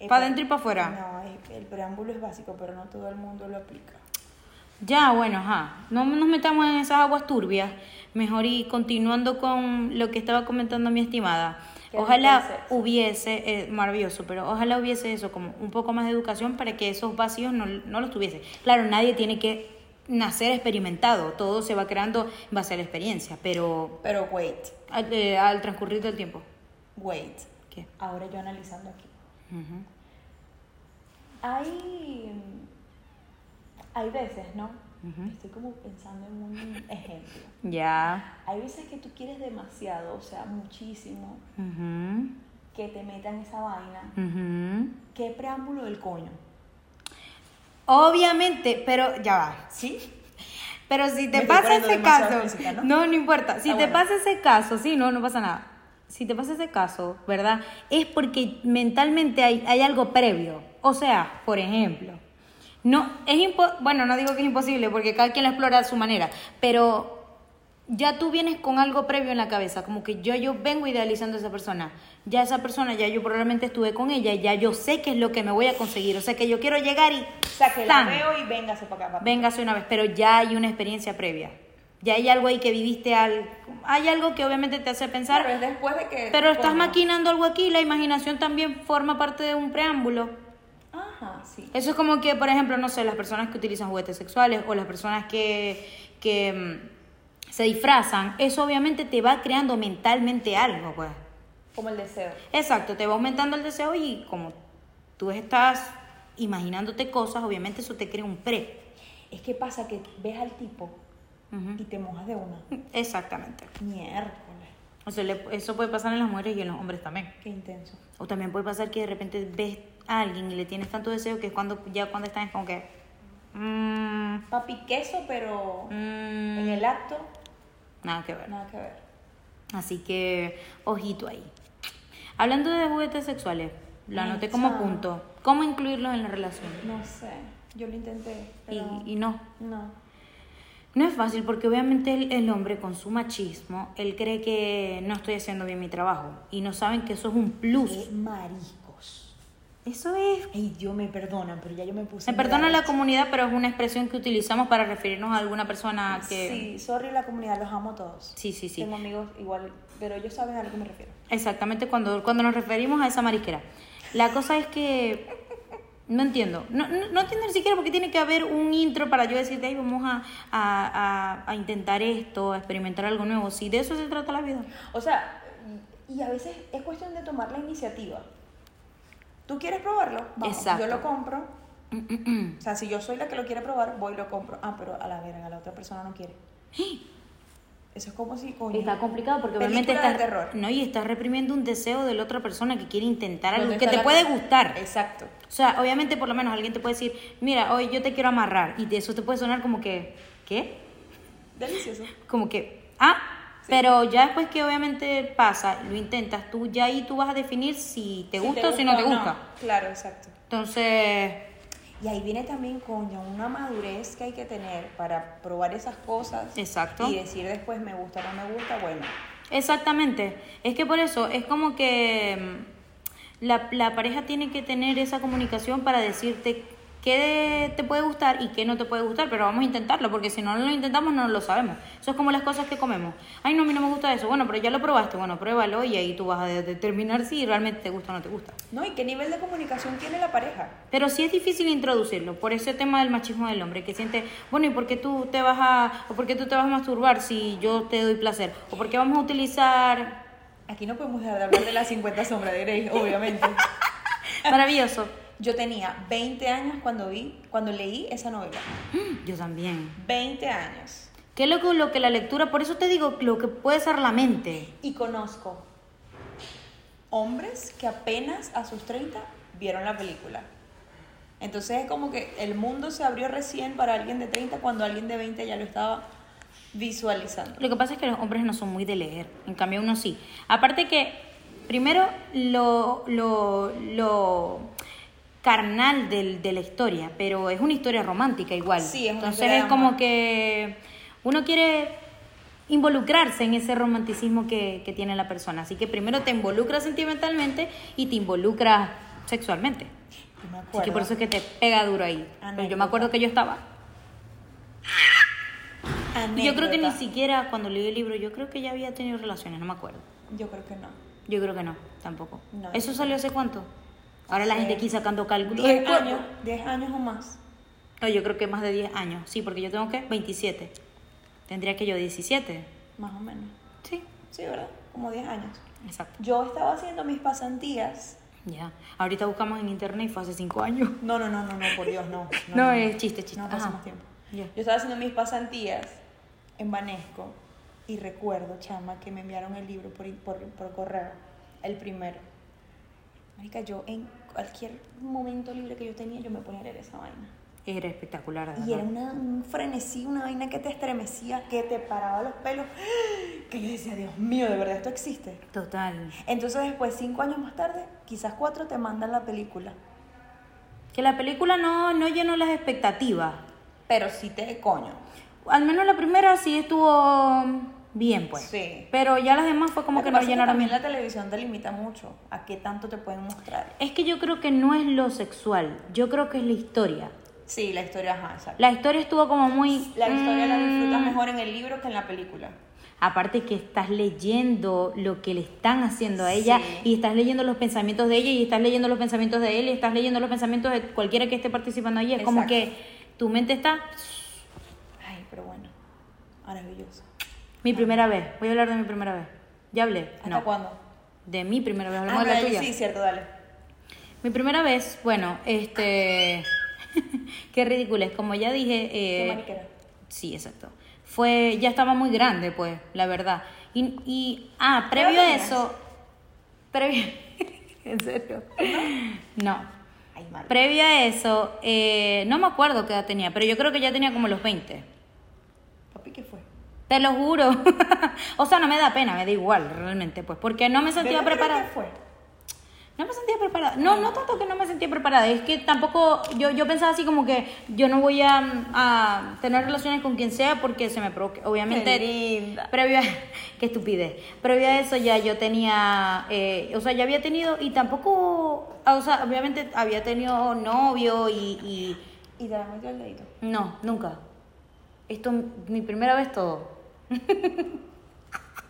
S1: Eh,
S2: Para
S1: pero-
S2: adentro y para afuera.
S1: No, es- el preámbulo es básico, pero no todo el mundo lo aplica.
S2: Ya, bueno, ajá. No nos metamos en esas aguas turbias. Mejor y continuando con lo que estaba comentando mi estimada.
S1: Que
S2: Ojalá
S1: entonces-
S2: hubiese, eh, maravilloso, pero ojalá hubiese eso, como un poco más de educación para que esos vacíos no, no los tuviese. Claro, nadie tiene que nacer experimentado, todo se va creando en base a la experiencia, pero
S1: Pero wait,
S2: al, eh, al transcurrir del tiempo.
S1: wait.
S2: ¿Qué?
S1: Ahora yo analizando aquí.
S2: Ujú.
S1: Hay, hay veces, ¿no? Estoy como pensando en un ejemplo.
S2: Ya.
S1: Hay veces que tú quieres demasiado, o sea, muchísimo,
S2: Ujú.
S1: que te metan esa vaina.
S2: Ujú.
S1: ¿Qué preámbulo del coño?
S2: Obviamente, pero ya va.
S1: ¿Sí?
S2: Pero si
S1: Me
S2: te
S1: estoy
S2: pasa
S1: poniendo
S2: ese
S1: demasiado
S2: caso,
S1: física,
S2: ¿no?
S1: ¿no?
S2: no, importa. Si
S1: Ah,
S2: te
S1: bueno.
S2: pasa ese caso, sí, no, no pasa nada. Si te pasa ese caso, ¿verdad? Es porque mentalmente hay, hay algo previo. O sea, por ejemplo, no es impo- bueno, no digo que es imposible porque cada quien lo explora a su manera, pero ya tú vienes con algo previo en la cabeza, como que yo yo vengo idealizando a esa persona. Ya esa persona, ya yo probablemente estuve con ella, ya yo sé qué es lo que me voy a conseguir, o sea, que yo quiero llegar y
S1: O sea, que
S2: ¡zan!
S1: la veo y véngase para acá. papi.
S2: Véngase una vez, pero ya hay una experiencia previa. Ya hay algo ahí que viviste, al... hay algo que obviamente te hace pensar,
S1: Pero es después de que...
S2: pero estás
S1: coño.
S2: maquinando algo aquí, la imaginación también forma parte de un preámbulo.
S1: Ajá, sí.
S2: Eso es como que, por ejemplo, no sé, las personas que utilizan juguetes sexuales o las personas que, que mm, se disfrazan, eso obviamente te va creando mentalmente algo, pues.
S1: Como el deseo.
S2: Exacto, te va aumentando el deseo y como tú estás imaginándote cosas, obviamente eso te crea un pre.
S1: Es que pasa que ves al tipo y te mojas de una.
S2: Exactamente.
S1: Miércoles.
S2: O sea, le- eso puede pasar en las mujeres y en los hombres también.
S1: Qué intenso.
S2: O también puede pasar que de repente ves a alguien y le tienes tanto deseo que es cuando ya cuando están es como que... mm,
S1: Papi queso, pero
S2: mm,
S1: en el acto,
S2: nada que ver.
S1: nada que ver.
S2: Así que, ojito ahí. Hablando de juguetes sexuales, lo
S1: Ay,
S2: anoté como
S1: chao.
S2: punto. ¿Cómo incluirlos en la relación?
S1: No sé. Yo lo intenté.
S2: Y,
S1: Pero
S2: y no.
S1: No.
S2: No es fácil porque obviamente el, el hombre con su machismo, él cree que no estoy haciendo bien mi trabajo y no saben que eso es un
S1: Qué
S2: plus.
S1: mariscos.
S2: Eh, Eso es
S1: Ay, Dios, me perdonan, pero ya yo me puse.
S2: Me Eh, perdona
S1: muy
S2: la comunidad, pero es una expresión que utilizamos para referirnos a alguna persona
S1: arrecha.
S2: ah, que...
S1: Sí, sorry la comunidad, los amo a todos.
S2: Sí, sí, sí.
S1: Tengo amigos igual, pero ellos saben a lo que me refiero.
S2: Exactamente, cuando, cuando nos referimos a esa marisquera. La cosa es que... No entiendo. No, no, no entiendo ni siquiera porque tiene que haber un intro para yo decirte, ay, vamos a, a, a- a intentar esto, a experimentar algo nuevo. Si de eso se trata la vida.
S1: O sea, y y a veces es cuestión de tomar la iniciativa. ¿Tú quieres probarlo? Vamos,
S2: Exacto.
S1: Yo lo compro, O sea, si yo soy la que lo quiere probar, voy y lo compro. Ah, pero a la verga, la otra persona no quiere. Eso es como si, coño.
S2: Está complicado porque
S1: película
S2: obviamente Mm, estás,
S1: de terror.
S2: No, y estás reprimiendo un deseo de la otra persona que quiere intentar algo
S1: ¿Dónde
S2: que
S1: está
S2: te
S1: la-
S2: puede gustar.
S1: Exacto.
S2: O sea, obviamente por lo menos alguien te puede decir, mira, hoy yo te quiero amarrar. Y de eso te puede sonar como que, ¿qué?
S1: Delicioso.
S2: Como que, ah, pero ya después que obviamente pasa, lo intentas, tú ya ahí tú vas a definir si te gusta o si no te gusta.
S1: Claro, exacto.
S2: Entonces,
S1: Y ahí viene también, coño, una madurez que hay que tener para probar esas cosas.
S2: Exacto.
S1: Y decir después, me gusta, no me gusta, bueno.
S2: Exactamente. Es que por eso es como que mm, la, la pareja tiene que tener esa comunicación para decirte qué te puede gustar y qué no te puede gustar, pero vamos a intentarlo, porque si no lo intentamos no lo sabemos. Eso es como las cosas que comemos. Ay, no, a mí no me gusta eso. Bueno, pero ya lo probaste. Bueno, pruébalo y ahí tú vas a de- determinar si realmente te gusta o no te gusta.
S1: No, ¿y qué nivel de comunicación tiene la pareja?
S2: Pero sí es difícil introducirlo, por ese tema del machismo del hombre, que siente, bueno, ¿y por qué tú te vas a, o por qué tú te vas a masturbar si yo te doy placer? ¿O por qué vamos a utilizar
S1: Aquí no podemos dejar de hablar de las 50 sombras de Grey, obviamente.
S2: Maravilloso.
S1: Yo tenía 20 años cuando vi, cuando leí esa novela.
S2: Mm, Yo también.
S1: 20 años.
S2: Qué loco lo que la lectura, por eso te digo lo que puede ser la mente.
S1: Y conozco hombres que apenas a sus 30 vieron la película. Entonces es como que el mundo se abrió recién para alguien de 30 cuando alguien de 20 ya lo estaba visualizando.
S2: Lo que pasa es que los hombres no son muy de leer, en cambio uno sí. Aparte que, primero, lo, lo, lo carnal del- de la historia, pero es una historia romántica igual.
S1: Sí, es una
S2: Entonces
S1: historia de
S2: es como
S1: amor.
S2: que uno quiere involucrarse en ese romanticismo que, que tiene la persona. Así que primero te involucras sentimentalmente y te involucras sexualmente.
S1: Yo me
S2: Así que por eso es que te pega duro ahí.
S1: Anécdota.
S2: Pero yo me acuerdo que yo estaba. Y Yo creo que ni
S1: Anécdota.
S2: siquiera cuando leí el libro, yo creo que ya había tenido relaciones, no me acuerdo.
S1: Yo creo que no.
S2: Yo creo que no, tampoco.
S1: No.
S2: ¿Eso salió hace cuánto? Ahora la gente aquí sacando cálculos.
S1: 10
S2: ¿Cuánto?
S1: Eh, años, 10 años o más.
S2: No, yo creo que más de 10 años. Sí, porque yo tengo que 27. Tendría que yo 17.
S1: Más o menos.
S2: Sí,
S1: Sí, ¿verdad? Como 10 años.
S2: exacto.
S1: Yo estaba haciendo mis pasantías.
S2: Ya. Ahorita buscamos en internet y fue hace 5 años.
S1: No, no, no, no, no, por Dios, no.
S2: No, es chiste, chiste.
S1: No pasó
S2: Ajá.
S1: más tiempo.
S2: Ya.
S1: Yo estaba haciendo mis pasantías en Banesco y recuerdo, chama, que me enviaron el libro por, por, por correo, el primero. Marica, yo en cualquier momento libre que yo tenía, yo me ponía a leer esa vaina.
S2: Era espectacular. de
S1: Y
S2: verdad.
S1: era una, un frenesí, una vaina que te estremecía, que te paraba los pelos, que yo decía, Dios mío, de verdad esto existe.
S2: Total.
S1: Entonces después, cinco años más tarde, quizás cuatro, te mandan la película.
S2: Que la película no, no llenó las expectativas.
S1: Pero sí te coño.
S2: Al menos la primera sí estuvo bien, pues.
S1: Sí.
S2: Pero ya las demás fue como
S1: Lo que
S2: que, no
S1: pasa es que
S2: llenaron
S1: también
S2: bien.
S1: la televisión te limita mucho a qué tanto te pueden mostrar.
S2: Es que yo creo que no es lo sexual, yo creo que es la historia.
S1: Sí, la historia, ajá, exacto.
S2: La historia estuvo como muy...
S1: La historia la disfrutas
S2: mm,
S1: mejor en el libro que en la película.
S2: Aparte que estás leyendo lo que le están haciendo a ella
S1: Sí.
S2: y estás leyendo los pensamientos de ella y estás leyendo los pensamientos de él y estás leyendo los pensamientos de cualquiera que esté participando allí. Es como
S1: Exacto.
S2: que tu mente está...
S1: Ay, pero bueno, maravilloso.
S2: Mi primera vez, voy a hablar de mi primera vez. ¿Ya hablé?
S1: ¿Hasta
S2: No.
S1: cuándo?
S2: De mi primera vez,
S1: Ah,
S2: hablamos de la
S1: dale,
S2: tuya.
S1: sí, cierto, dale.
S2: Mi primera vez, bueno, este... Qué ridícula, es como ya dije...
S1: Qué
S2: Eh,
S1: mariquera.
S2: Sí, exacto. Fue, ya estaba muy grande, pues, la verdad. Y, y ah, previo a
S1: tenías?
S2: eso, previo, en serio, no.
S1: Ay, mal.
S2: Previo a eso, eh, no me acuerdo qué edad tenía, pero yo creo que ya tenía como los 20.
S1: Papi, ¿qué fue?
S2: Te lo juro. o sea, no me da pena, me da igual realmente, pues, porque no me sentía
S1: ¿Verdad que
S2: preparada.
S1: ¿Qué fue?
S2: No me sentía preparada. No, no tanto que no me sentía preparada. Es que tampoco, yo, yo pensaba así como que yo no voy a, mm, a tener relaciones con quien sea porque se me provoque. Obviamente,
S1: Qué linda.
S2: previo a, qué estupidez. Previo a eso ya yo tenía, eh, o sea, ya había tenido y tampoco, ah, o sea, obviamente había tenido novio y, y
S1: Y te la metió el dedito.
S2: no, nunca. Esto es mi primera vez todo.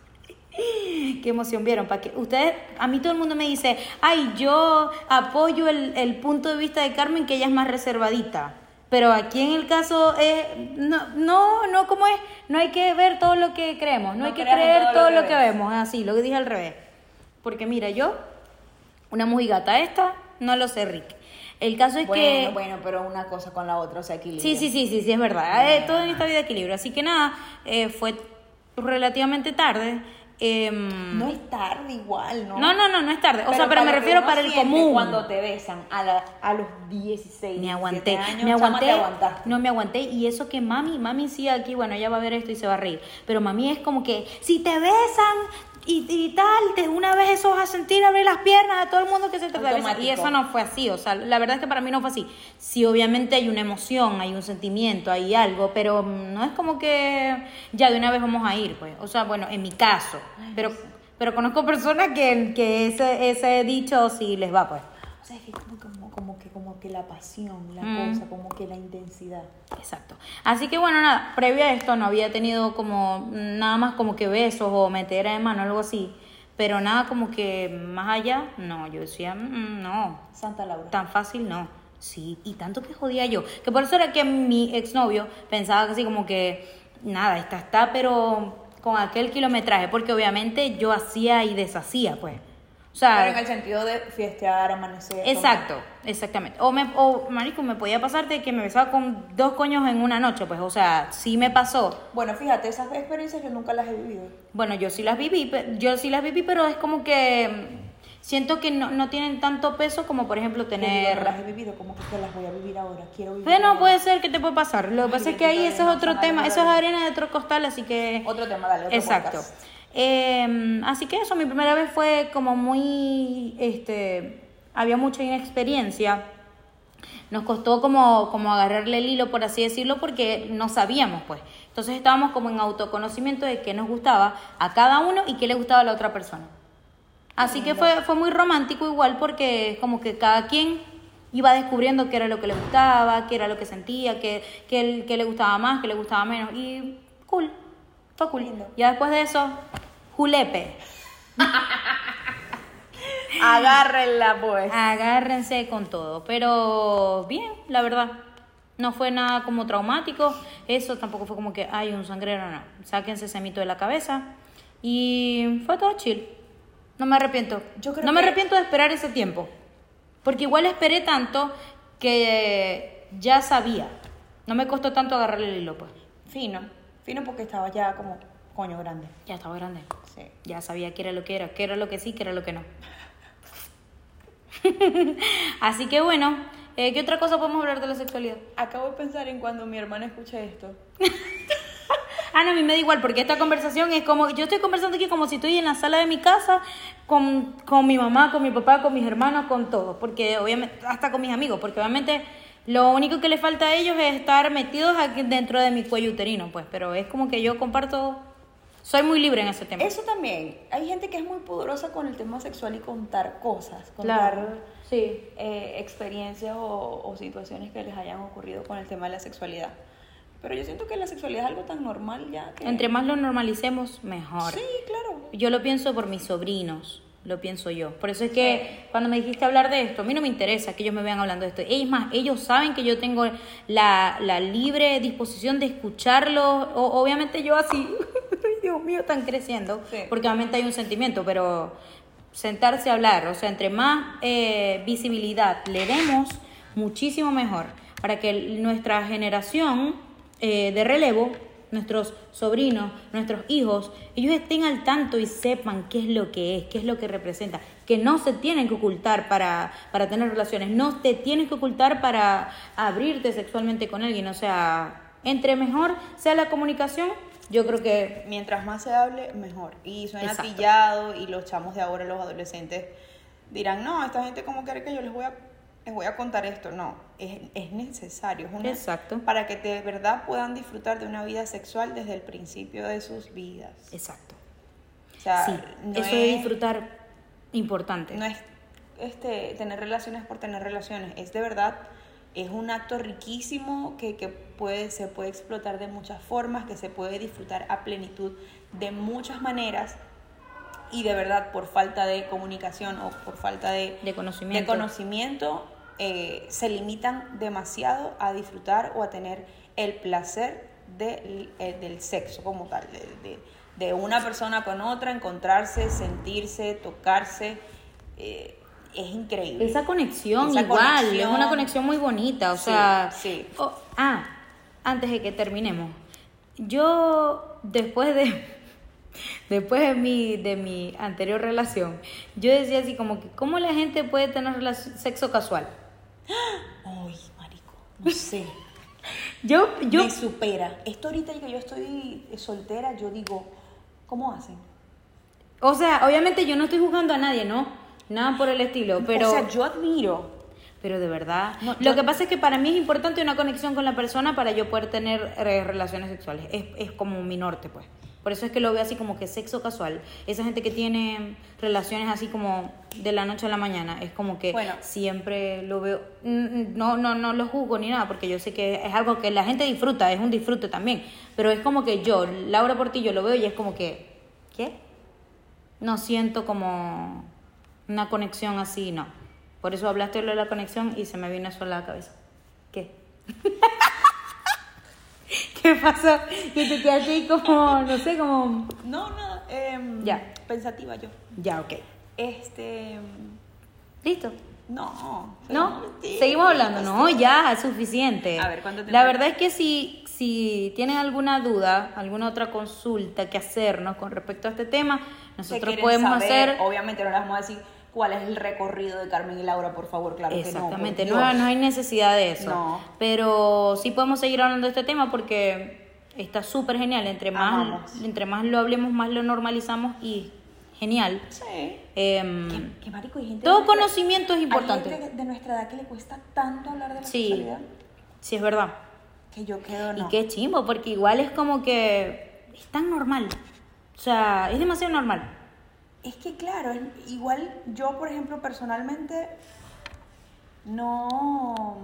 S2: Qué emoción vieron. Para que ustedes, a mí todo el mundo me dice, ay, yo apoyo el, el punto de vista de Carmen que ella es más reservadita. Pero aquí en el caso es, no, no, no, ¿cómo es? No hay que ver todo lo que creemos, no,
S1: No
S2: hay que
S1: creas en
S2: creer todo lo que,
S1: ves.
S2: vemos. Así, lo que dije al revés. Porque mira, yo, una mujigata esta, No lo sé, Rick. El caso es
S1: bueno,
S2: que...
S1: bueno, pero una cosa con la otra, o sea, equilibrio.
S2: Sí, sí, sí, sí, sí, es verdad. Eh, todo en esta vida equilibrio. Así que nada, eh, fue relativamente tarde. Em,
S1: No es tarde igual, ¿no?
S2: no, no, no, no es tarde. O sea,
S1: para
S2: pero me
S1: lo que
S2: refiero
S1: uno
S2: para el
S1: siente
S2: común.
S1: Cuando te besan a, la- a los 16,
S2: me aguanté,
S1: 17 años,
S2: me aguanté,
S1: chama, te aguantaste.
S2: no me aguanté y eso que mami, mami sí aquí, bueno, ella va a ver esto y se va a reír, pero mami es como que si te besan y, y tal, de una vez eso vas a sentir abrir las piernas a todo el mundo que se te atraviesa y
S1: Automático.
S2: eso no fue así, o sea, la verdad es que para mí no fue así. Sí, obviamente hay una emoción, hay un sentimiento, hay algo, pero mm, no es como que ya de una vez vamos a ir, pues. O sea, bueno, en mi caso, pero pero conozco personas que, que ese ese dicho sí les va, pues.
S1: O sea, es que como, como, como que, como que la pasión, la
S2: Mm.
S1: cosa, como que la intensidad.
S2: Exacto. Así que bueno, nada, previo a esto no había tenido como nada más como que besos o meter de mano, algo así. Pero nada como que más allá, no, yo decía, "Mm, no,
S1: Santa Laura.
S2: tan fácil no. Sí, y tanto que jodía yo. Que por eso era que mi exnovio pensaba así como que, nada, esta está, pero con aquel kilometraje, porque obviamente yo hacía y deshacía, pues. O sea,
S1: Pero en el sentido de fiestear, amanecer. tomar.
S2: Exacto, exactamente. O, me, o, marico, me podía pasar de que me besaba con dos coños en una noche, pues, o sea, sí me pasó.
S1: Bueno, fíjate, esas experiencias yo nunca las he vivido.
S2: Bueno, yo sí las viví, pe- yo sí las viví, pero es como que mm, siento que no, no tienen tanto peso como, por ejemplo,
S1: Yo digo, no las
S2: tener...
S1: he vivido, como que las voy a vivir ahora. Quiero vivir.
S2: Bueno, pues,
S1: ahora.
S2: puede ser que te puede pasar. Lo que pasa es que ahí ese es otro
S1: Ay,
S2: tema, eso es
S1: dale.
S2: arena de otro costal, así que...
S1: Otro tema, dale. Otro
S2: Exacto.
S1: podcast.
S2: Eh, así que eso, mi primera vez fue como muy, este, había mucha inexperiencia. Nos costó como, como agarrarle el hilo, por así decirlo, porque no sabíamos, pues. Entonces estábamos como en autoconocimiento de qué nos gustaba a cada uno y qué le gustaba a la otra persona. Así que fue, fue muy romántico igual porque es como que cada quien iba descubriendo qué era lo que le gustaba, qué era lo que sentía, qué, qué, qué le gustaba más, qué le gustaba menos. Y cool, fue cool.
S1: Lindo.
S2: Ya después de eso, julepe.
S1: Agárrenla, pues.
S2: Agárrense con todo. Pero bien, la verdad. No fue nada como traumático. Eso tampoco fue como que hay un sangrero, no. Sáquense ese mito de la cabeza. Y fue todo chill. No me arrepiento.
S1: Yo creo
S2: no me
S1: que-
S2: arrepiento de esperar ese tiempo. Porque igual esperé tanto que ya sabía. No me costó tanto agarrarle el hilo, pues.
S1: Fino. Fino porque estaba ya como coño grande.
S2: Ya estaba grande.
S1: Sí.
S2: Ya sabía qué era lo que era, qué era lo que sí, qué era lo que no. Así que bueno, eh, ¿qué otra cosa podemos hablar de la sexualidad?
S1: Acabo de pensar en cuando mi hermana escuche esto.
S2: Ah, no, a mí me da igual, porque esta conversación es como, yo estoy conversando aquí como si estoy en la sala de mi casa, con, con mi mamá, con mi papá, con mis hermanos, con todos, porque obviamente, hasta con mis amigos, porque obviamente lo único que le falta a ellos es estar metidos aquí dentro de mi cuello uterino, pues, pero es como que yo comparto, soy muy libre en ese tema.
S1: Eso también. Hay gente que es muy pudorosa con el tema sexual y contar cosas, contar
S2: Claro, sí.
S1: eh, experiencias o, o situaciones que les hayan ocurrido con el tema de la sexualidad. Pero yo siento que la sexualidad es algo tan normal ya que...
S2: Entre más lo normalicemos, mejor.
S1: Sí, claro.
S2: Yo lo pienso por mis sobrinos, lo pienso yo. Por eso es que cuando me dijiste hablar de esto, a mí no me interesa que ellos me vean hablando de esto. Es más, ellos saben que yo tengo la, la libre disposición de escucharlos. O- obviamente yo así, ay Dios mío, están creciendo,
S1: Sí.
S2: porque obviamente hay un sentimiento, pero sentarse a hablar, o sea, entre más eh, visibilidad le demos, muchísimo mejor, para que el- nuestra generación eh, de relevo, nuestros sobrinos, nuestros hijos, ellos estén al tanto y sepan qué es lo que es, qué es lo que representa, que no se tienen que ocultar para, para tener relaciones, no te tienes que ocultar para abrirte sexualmente con alguien, o sea, entre mejor sea la comunicación, yo creo que
S1: Mientras más se hable, mejor. Y suena
S2: Exacto.
S1: pillado y los chamos de ahora, los adolescentes, dirán, no, esta gente como quiere que yo les voy a, les voy a contar esto. No, es, es necesario. Es una-
S2: Exacto.
S1: Para que de verdad puedan disfrutar de una vida sexual desde el principio de sus vidas.
S2: Exacto.
S1: O sea,
S2: sí,
S1: no
S2: eso de disfrutar importante.
S1: no es este tener relaciones por tener relaciones, es de verdad es un acto riquísimo que, que puede, se puede explotar de muchas formas, que se puede disfrutar a plenitud de muchas maneras y de verdad por falta de comunicación o por falta de,
S2: De conocimiento.
S1: de conocimiento, eh, se limitan demasiado a disfrutar o a tener el placer del, eh, del sexo como tal, de, de- de una persona con otra, encontrarse, sentirse, tocarse eh, es increíble.
S2: Esa conexión
S1: Esa
S2: igual,
S1: conexión.
S2: es una conexión muy bonita, o
S1: Sí,
S2: sea...
S1: sí.
S2: o- ah, antes de que terminemos, yo después de... Después de mi, de mi anterior relación, yo decía así como que, ¿cómo la gente puede tener relac- sexo casual?
S1: Ay, marico, no sé.
S2: Yo, yo
S1: Me supera. Esto ahorita que yo estoy soltera, yo digo, ¿cómo hacen?
S2: o sea, obviamente yo no estoy juzgando a nadie, ¿no? Nada por el estilo, pero...
S1: o sea, yo admiro.
S2: Pero de verdad.
S1: No,
S2: lo
S1: yo-
S2: que pasa es que para mí es importante una conexión con la persona para yo poder tener eh, relaciones sexuales. Es, es como mi norte, pues. Por eso es que lo veo así como que sexo casual. Esa gente que tiene relaciones así como de la noche a la mañana, es como que
S1: Bueno.
S2: siempre lo veo. Mm, No, no, no lo juzgo ni nada, porque yo sé que es algo que la gente disfruta, es un disfrute también. Pero es como que yo, Laura Portillo, lo veo y es como que. ¿Qué? no siento como una conexión así, no. Por eso hablaste de lo de la conexión y se me vino eso a la cabeza. ¿Qué? ¿Qué pasó? Que te quedaste ahí como, no sé, como...
S1: No, no, em,
S2: Ya.
S1: pensativa yo.
S2: Ya, ok.
S1: Este,
S2: ¿Listo?
S1: no.
S2: ¿No?
S1: sí.
S2: Seguimos hablando. No, ya, es suficiente.
S1: A ver, ¿cuánto tiempo?
S2: La verdad es que si, si tienen alguna duda, alguna otra consulta que hacernos con respecto a este tema,
S1: ¿Qué
S2: nosotros
S1: quieren
S2: podemos
S1: saber?
S2: hacer...
S1: Obviamente no les vamos a decir cuál es el recorrido de Carmen y Laura, por favor, claro
S2: Exactamente,
S1: que
S2: no,
S1: no. por
S2: no,
S1: Dios.
S2: hay necesidad de eso.
S1: No.
S2: Pero sí podemos seguir hablando de este tema porque está súper genial. Entre más,
S1: Amamos.
S2: entre más lo hablemos, más lo normalizamos y genial.
S1: Sí.
S2: Em,
S1: Qué, qué marico, hay gente
S2: Todo
S1: de nuestra-
S2: conocimiento es
S1: hay
S2: importante.
S1: gente de nuestra edad que le cuesta tanto hablar de la
S2: sí,
S1: sexualidad
S2: sí es verdad.
S1: que yo quedo no.
S2: Y qué chimbo, porque igual es como que es tan normal. O sea, es demasiado normal.
S1: Es que claro, es- igual yo, por ejemplo, personalmente, no...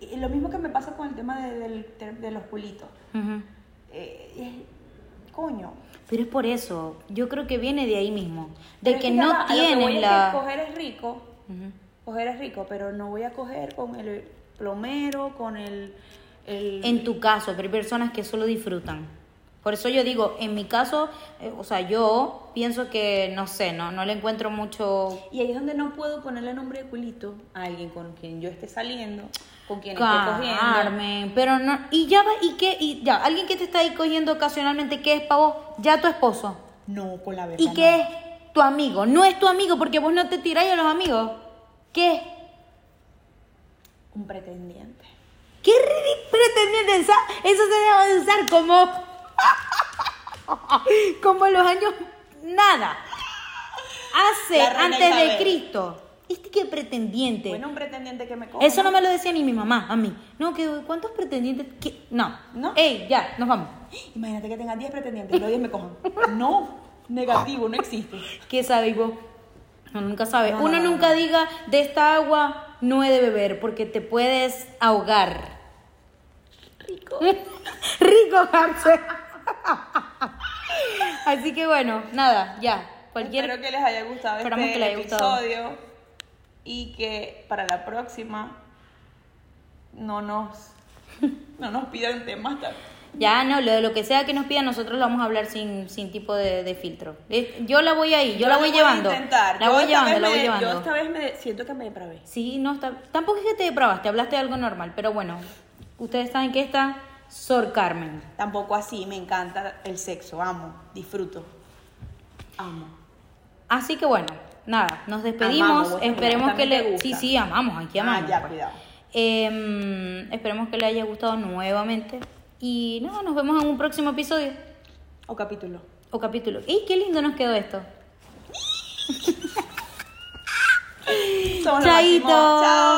S1: y Lo mismo que me pasa con el tema de, del- de los culitos.
S2: Ujú.
S1: Eh, es- coño.
S2: Pero es por eso. Yo creo que viene de ahí mismo. De
S1: Pero es
S2: que
S1: ya va,
S2: no
S1: "Ah, a lo que voy
S2: tienen
S1: es que
S2: la...
S1: Coger es rico,
S2: Ujú.
S1: coger es rico, pero no voy a coger con el plomero, con el... el-
S2: En tu caso, pero hay personas que solo disfrutan. Por eso yo digo, en mi caso, eh, o sea, yo pienso que, no sé, no, no le encuentro mucho...
S1: Y ahí es donde no puedo ponerle nombre de culito a alguien con quien yo esté saliendo, con quien esté cogiendo.
S2: Carmen, pero no... Y ya va, ¿y qué? Y ya, alguien que te está ahí cogiendo ocasionalmente, ¿qué es para vos? Ya tu esposo.
S1: No, con la verdad.
S2: ¿Y qué es tu amigo? No es tu amigo porque vos no te tiráis a los amigos. ¿Qué?
S1: no. Un pretendiente.
S2: ¿Qué ridi- pretendiente? Esa- Eso se debe de usar como... como los años... Nada. Hace
S1: La reina
S2: antes de
S1: Isabel.
S2: Cristo. ¿Este qué pretendiente?
S1: Bueno, un pretendiente que me coja.
S2: Eso no me lo decía ni mi mamá, a mí. No, que ¿cuántos pretendientes? ¿Qué? No.
S1: ¿No?
S2: Ey, ya, nos vamos.
S1: Imagínate que tenga 10 pretendientes y los 10 me cojan. No, negativo, no existe.
S2: ¿Qué sabéis vos? Uno nunca sabe.
S1: No,
S2: Uno
S1: no, no,
S2: nunca diga, de esta agua no he de beber porque te puedes ahogar. Rico. Rico, Hansel. Así que bueno, nada, ya. Cualquier...
S1: Espero que les haya gustado
S2: Esperamos
S1: este
S2: que les haya gustado.
S1: episodio y que para la próxima no nos no nos pidan temas tan
S2: Ya, no, lo, lo que sea que nos pidan, nosotros lo vamos a hablar sin, sin tipo de, de filtro. Eh, Yo la voy ahí, yo, la
S1: lo
S2: voy llevando.
S1: intentar.
S2: La
S1: Yo
S2: voy
S1: esta
S2: llevando,
S1: vez
S2: la
S1: me-
S2: voy llevando.
S1: Yo esta vez me siento que me depravé.
S2: Sí, no está. Tampoco es que te depravaste, hablaste de algo normal, pero bueno, ustedes saben que está Sor Carmen.
S1: Tampoco así, me encanta el sexo, amo, disfruto. Amo.
S2: Así que bueno, nada, nos despedimos.
S1: Amamos, vos también,
S2: esperemos que
S1: también te
S2: le.
S1: gusta.
S2: Sí, sí, amamos, aquí
S1: Ah,
S2: amamos. pues.
S1: ya, cuidado.
S2: Em, esperemos que le haya gustado nuevamente. Y nada, nos vemos en un próximo episodio
S1: O capítulo.
S2: o capítulo. ¡Y qué lindo nos quedó esto!
S1: Somos lo máximo.
S2: Chaito.
S1: Chao.